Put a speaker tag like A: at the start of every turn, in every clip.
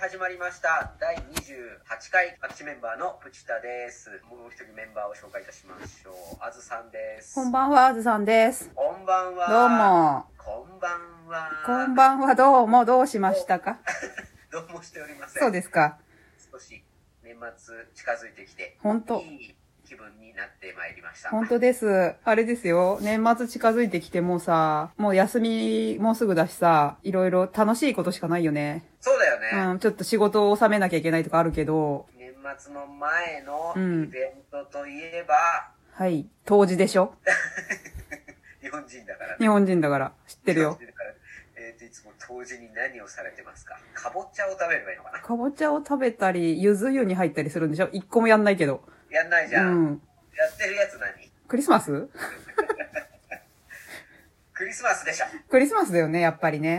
A: 始まりました第28回私メンバーのプチタですもう一人メンバーを紹介いたしましょうあずさんです
B: こんばんは、あずさんです。
A: こんばん
B: ど
A: は
B: うも。
A: こんばんは
B: こんばんは、どうも、どうしましたか
A: どうもしておりません
B: そうですか。
A: す少し年末近づいてきて
B: ほんと
A: い。い気分になってまいりました
B: ほんとです。あれですよ。年末近づいてきてもうさ、もう休みもうすぐだしさ、いろいろ楽しいことしかないよね。
A: そうだよね、
B: うん、ちょっと仕事を収めなきゃいけないとかあるけど、
A: 年末の前の
B: うん
A: イベントといえば、
B: はい。当時でしょ
A: 日本人だからね
B: 日本人だから。知ってる
A: 日
B: よ
A: 本。人だからえっ、といつも当時に何をされてますかかぼちゃを食べればいいのかな
B: かぼちゃを食べたり、ゆず湯に入ったりするんでしょ一個もやんないけど。
A: やんないじ
B: う
A: ゃん、
B: ん。
A: やってるやつ何
B: クリスマス
A: クリスマスでしょ
B: クリスマスだよね、やっぱり
A: ええ
B: ね。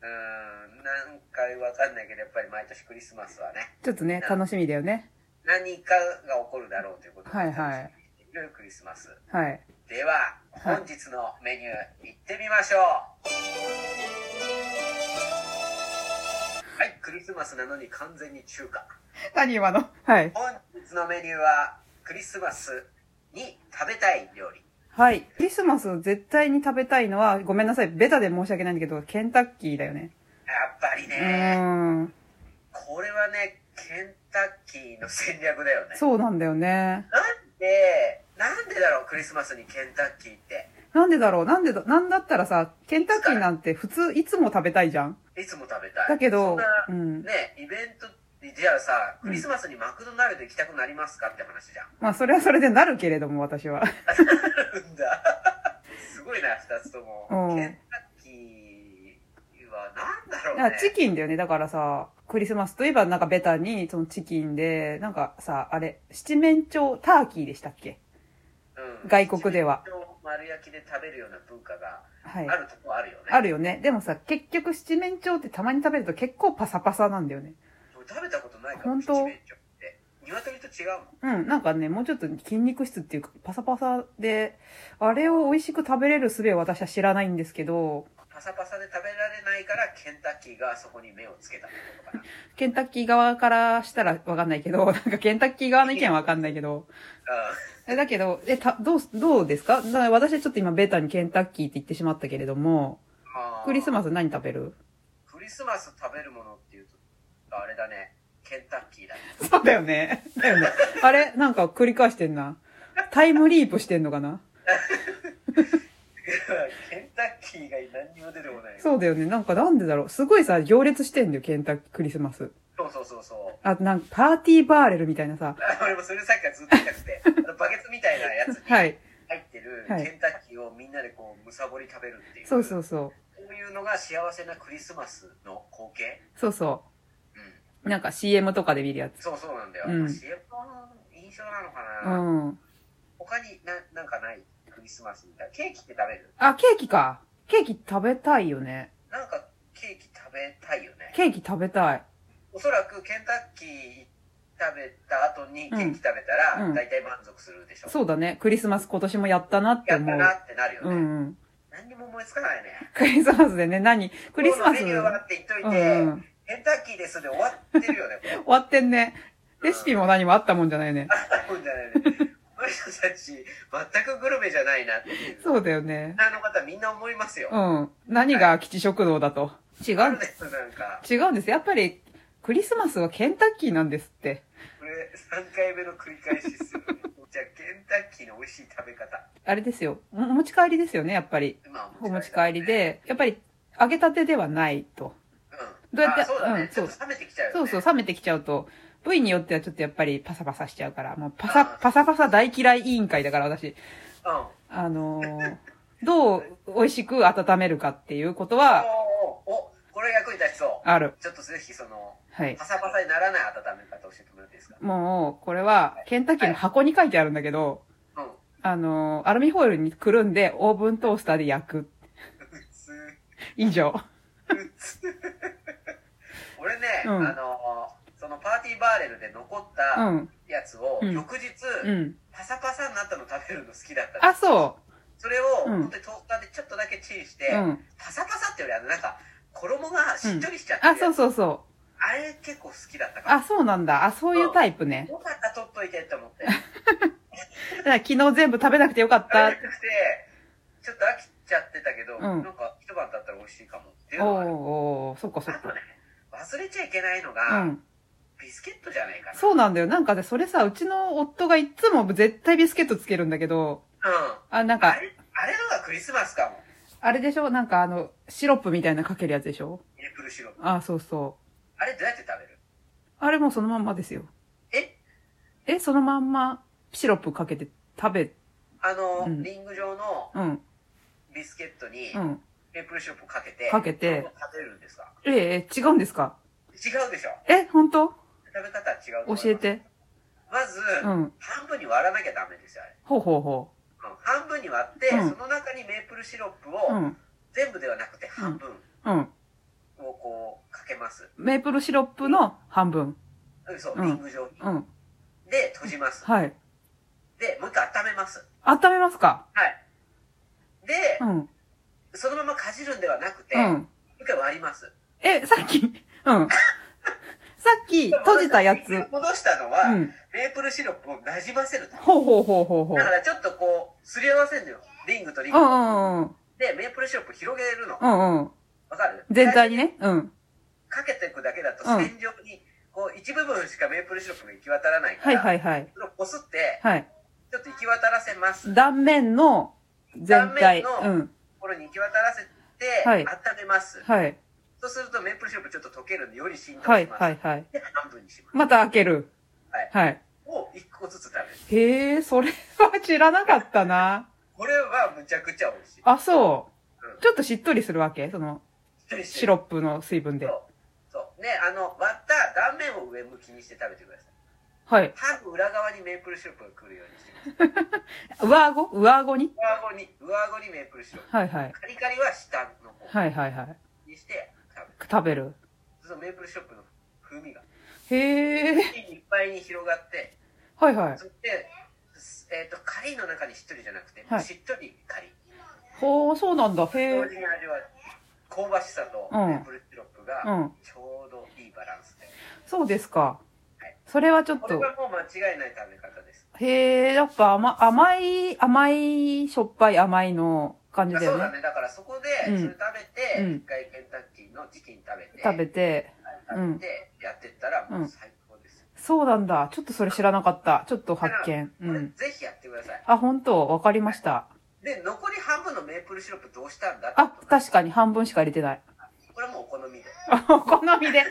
A: うーん何回わかんないけどやっぱり毎年クリスマスはね
B: ちょっとね、楽しみだよね。
A: 何かが起こるだろうということで
B: はいはい
A: いろいろクリスマス
B: はい。
A: では
B: はい
A: 本日のメニューいってみましょうはいクリスマスなのに完全に中華
B: 何今のはい。
A: 本日のメニューはクリスマスに食べたい料理
B: はい。クリスマスを絶対に食べたいのは、ごめんなさい。ベタで申し訳ないんだけど、ケンタッキーだよね。
A: やっぱり
B: う
A: ね
B: ーん。
A: これはねケンタッキーの戦略だよね
B: そうなんだよね。
A: なんでなんでだろうクリスマスにケンタッキーって
B: なんでだろうなんでだ、なんだったらさ、ケンタッキーなんて普通いつも食べたいじゃん
A: いつも食べたい
B: だけ
A: そ
B: ど
A: んな、
B: うん。
A: ねイベントじゃあさクリスマスにマクドナルド行きたくなりますかって話じゃん
B: まあ、それはそれでなるけれども、私は。
A: あるんだ すごいな2つとも、
B: うん
A: ケンタッキーはなんだろ
B: だ
A: う
B: から
A: ね
B: チキンだよね。だからさ、クリスマスといえばなんかベタに、そのチキンで、なんかさ、あれ、七面鳥ターキーでしたっけ
A: うん
B: 外国では
A: 七面鳥を丸焼きで食べるような文化が
B: はい。
A: あるとこあるよね、
B: あるよね。でもさ、結局七面鳥ってたまに食べると結構パサパサなんだよね。
A: 俺食べたことないから
B: 本当
A: 七面鳥って鶏と違うもん
B: うん、なんかね、もうちょっと筋肉質っていうか、パサパサで、あれを美味しく食べれる術を私は知らないんですけど、
A: パサパサで食べられないからケンタッキーがそこに目をつけたってことかな
B: ケンタッキー側からしたらわかんないけど、 なんかケンタッキー側の意見はわかんないけど、
A: う
B: えだけど、え、た、どう、どうですかだから私はちょっと今ベタにケンタッキーって言ってしまったけれども、
A: ん
B: クリス
A: ス
B: マス何食べる
A: クリスマス食べるものっていうとあれだねケンタッキーだね
B: そうだよね。だよね。あれなんか繰り返してんな。タイムリープしてんのかな
A: ケンタッキー以外何にも出てこないよ
B: そうだよね。なんかなんでだろう。すごいさ、行列してんだよ、ケンタッキー、クリスマス。
A: そうそうそうそう
B: あ、なんか、パーティーバーレルみたいなさ。
A: あ俺もそれさっきからずっと言いたくてあのバケツみたいなやつに
B: は
A: 入
B: い。
A: ってる
B: はい
A: ケンタッキーをみんなでこうむさぼり食べるっていう
B: そうそうそう。
A: こういうのが幸せなクリスマスの光景
B: そうそ
A: うん
B: う。なんか CM とかで見るやつ。
A: そうそうなんだよ、
B: うん
A: CM の印象なのか
B: う
A: な、
B: ん。
A: 他にななんかないクリスマスみたいなケーキって食べる
B: あ、ケーキか。ケーキ食べたいよね。
A: なんかケーキ食べたいよね
B: ケーキ食べたい。
A: おそらくケンタッキー食べた後にケーキ食べたら、
B: うん
A: 大体満足するでしょ、
B: そうだね。クリスマス今年もやったなって
A: やっ
B: 思
A: た
B: う。
A: なってなるよ
B: う
A: ね、
B: んうん。
A: 何にも思いつかないね
B: クリスマスでね、何クリスマ
A: 今
B: ス。
A: 日のメニューはって言っといて、
B: うんうん。
A: ケンタッキーですで終わってるよね
B: 終わってんね。 レシピも何もあったもんじゃないね。
A: これじゃないね この人たち全くグルメじゃないなっていう
B: そうだよね。
A: あの方みんな思いますよ、
B: うん。何が基地食堂だと。違
A: あ
B: う
A: るねなんか
B: 違うんです。やっぱり、クリスマスはケンタッキーなんですって。
A: これ3回目の繰り返しですよね じゃあケンタッキーの美味しい食べ方
B: あれですよ。おお持ち帰りですよね、やっぱり。
A: まあ
B: お持ち帰りで、やっぱり、揚げたてではないと。
A: うん
B: どうやって
A: あそうだね、
B: うん
A: ち
B: そ
A: ょ
B: う
A: っと冷めてきちゃうよ、ね、
B: そうそう、冷めてきちゃうと、部位によってはちょっとやっぱりパサパサしちゃうから、もうパサ、パサパサ大嫌い委員会だから私、
A: うん
B: あのーどう美味しく温めるかっていうことは、
A: おーおこれ役に立ちそう
B: ある。
A: ちょっとぜひその
B: はい。
A: パサパサにならない温め方教えてもらっていいですか
B: もう、これは、ケンタッキーの箱に書いてあるんだけど、
A: うん
B: あのーアルミホイルにくるんで、オーブントースターで焼く。
A: 普通
B: 以上。
A: 俺ね、
B: うん
A: あのそのパーティーバーレルで残っ
B: う
A: た
B: ん。
A: やつを、
B: うん
A: 翌日、
B: うん。
A: パサパサになったの食べるの好きだったの
B: あ、そ
A: それを、
B: うん
A: 本当にトースターでちょっとだけチンして、
B: う。うん。
A: パサパサってよりあのなんか衣がしっとりしちゃって、
B: あ、そうそうそ
A: あれ結構好きだったから。
B: あ、そうなんだ。あ、そういうタイプね。
A: よかった、取っといてって思って。
B: だから昨日全部食べなくてよかっ
A: 食べ
B: た
A: な。くて、ちょっと飽きちゃってたけど、
B: うん
A: なんか一晩経ったら美味しいかもっていう
B: おー
A: のはある。
B: おーそっかそ
A: あ
B: っ
A: と
B: か。
A: ね、忘れちゃいけないの
B: う
A: が、
B: ん。
A: ビスケットじゃないかな。
B: そうなんだよ。なんかね、それさ、うちの夫がいつも絶対ビスケットつけるんだけど、
A: うん。
B: あ、な
A: あ
B: んか、
A: れ、あれのがクリスマスかも。
B: あれでしょなんかあの、シロップみたいなかけるやつでしょ
A: メープルシロップ。
B: あ、そうそ
A: あれどうやって食べる
B: う。あれもうそのまんまですよ。
A: え
B: え、そのまんま、シロップかけて食べ、
A: あの、
B: うん
A: リング状の
B: うん、
A: ビスケットに
B: う、ん。
A: メープルシロップかけて、
B: かけて
A: 食べるんですか
B: ええ、違うんですか
A: 違うでしょ
B: え、本当
A: 食べ方は違うと思います
B: 教え。て。
A: まず、
B: うん。
A: 半分に割らなきゃダメですよ、あれ。
B: ほうほうほ
A: うん半分に割って、
B: うん
A: その中にメープルシロップ
B: う。う
A: を
B: ん。
A: 全部ではなくて半分
B: うん。
A: をこうかけます。
B: メープルシロップの半分。
A: うん、そうう、
B: ん
A: リング状に。
B: うん。
A: で、閉じます。
B: はい。
A: で、もう一回温めます。
B: 温めますか
A: はい。で、
B: うん。
A: そのままかじるんではなくて、
B: う。
A: もうん一回割ります。
B: え、さっき、うん。さっき閉じたやつ。
A: 戻したのは、
B: うん。
A: メープルシロップをなじませるため
B: ほうほうほうほうほう
A: だか。らちょっとこう、すり合わせるのよ。リングとリング。
B: うんうんうん。
A: で、メープルシロップ広げるの。
B: う
A: わ
B: んうん。
A: かる
B: 全体に。ね。うん。
A: かけていくだけだと、
B: うん
A: 線状に、こう、一部分しかメープルシロップが行き渡らないか
B: はい
A: ら、
B: はいはい。
A: それをこすって、
B: はい。
A: ちょっと行き渡らせます。
B: 断面の全体。
A: 断
B: う
A: 面
B: ん。
A: これに行き渡らせて、
B: はい
A: 温めます。
B: はい。
A: そうすると、メープルシロップちょっと溶けるんで、より浸透します。
B: はいはいはい。
A: で、半分にします。
B: また開ける。
A: はい。
B: はい。
A: を一個ずつ食べる。
B: へえ、それは知らなかったな。
A: これはむちゃくちゃ美味しい。
B: あ、そう
A: う。ん
B: ちょっとしっとりするわけその、シロップの水分で
A: そ。う。そう。ね、あの、割った断面を上向きにして食べてください。
B: はい。
A: 歯の裏側にメープルシロップが来るようにしてます。
B: 上顎上顎に
A: 上顎に、上顎にメープルシロップ。
B: はいはい。
A: カリカリは下の方
B: はいはいはい。
A: にして食べる。
B: 食べる。
A: そうするとメープルシロップの風味が、
B: へえ。
A: いっぱいに広がって、
B: はいはい。
A: そして、えっ、と、カリの中にしっとりじゃなくて、
B: はい
A: しっとりカリ。
B: ほう、そうなんだ。へえ
A: 同。時に味わう香ばしさと
B: うん
A: メープルシロップ
B: う
A: が
B: ん。
A: ちょうどいいバランスで。
B: そうですか
A: はい。
B: それはちょっ
A: これ
B: と。
A: はもう間違いない食べ方です。
B: へえ、やっぱ甘、甘い、甘い、しょっぱい甘いの感じ
A: あ
B: だ
A: そう
B: よ
A: だ
B: ね。
A: ね。だからそこで、
B: うん
A: それ食べて、
B: うん
A: 一回ケンタッキーのチキン食べて、
B: 食べて。
A: 食べて、やってったらもう最高です。
B: そうなんだ。ちょっとそれ知らなかった。ちょっと発見。う
A: これ
B: ん。
A: ぜひやってください。
B: あ、本当わかりました。
A: で、残り半分のメープルシロップどうしたんだって
B: あ、確かに半分しか入れてない。
A: これはもうお好みで。
B: あお好みで。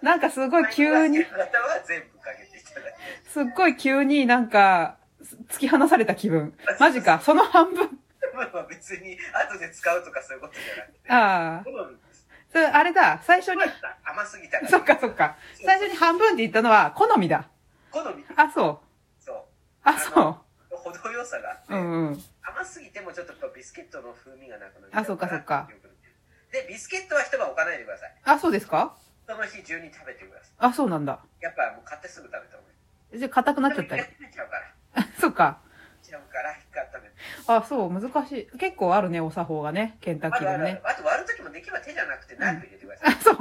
B: なんかすごい急に
A: 好き、な方は全部かけていただいて。
B: すっごい急になんか、す突き放された気分。マジか、その半分。
A: まあ別に、後で使うとかそういうことじゃなくて。
B: ああ。
A: 好みです。
B: それあれだ、最初に、
A: 甘すぎたから。
B: そっかそっか。最初に半分って言ったのは、好みだ。
A: 好み。
B: あ、そう。
A: そう。
B: あ、そ
A: 程よさがあって、
B: う。うんうん。
A: 甘すぎてもちょっとやっぱビスケットの風味がなくなる
B: あそうかそうか
A: でビスケットは一晩置かないでください
B: あ、そうですか
A: その日中に食べてください
B: あ、そうなんだ。
A: やっぱもう買ってすぐ食べた方がいい
B: じゃあ、硬くなっちゃったり
A: で。も一回食べちゃうから
B: そっか。
A: ちゃうから一回食べて
B: あ、そう、難しい。結構あるね、お作法がね。ケンタッ
A: あ
B: キー
A: るあ
B: でも
A: るある
B: ね。
A: あと割る時もできれば手じゃなくてナイフ入れてください、
B: あ、 そう。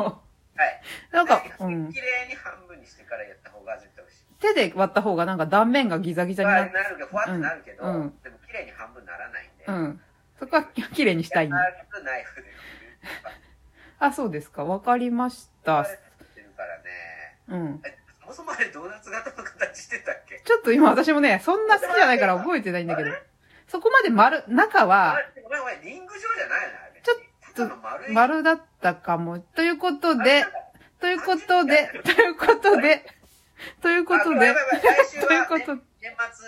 A: はい
B: なんか、
A: で
B: うん。
A: 綺麗に半分にしてからやった方が絶対美味しい
B: 手で割った方がなんか断面がギザギザに
A: ま
B: な
A: あ
B: る。
A: なるけどふわってなるけど、
B: うんうん
A: でも綺麗に半分ならないんで、
B: うん。そこは綺麗にしたいんだ。
A: 軽くナイフで
B: あ、そうですか。わかりました
A: 割。ってるからね
B: うん。
A: えそもそもあれドーナツ型の形してたっけ
B: ちょっと今私もね、そんな好きじゃないから覚えてないんだけど。そこまで丸、中
A: あ
B: は
A: れ、ごめんごめん、リング状じゃないよね、あれ。
B: ちょ
A: っと、丸い。
B: 丸だったかも。ということ
A: あ
B: で
A: れ、
B: ということで、ということで、ということ
A: あや
B: で
A: ばい、やばい来週は、
B: ということで
A: ね年末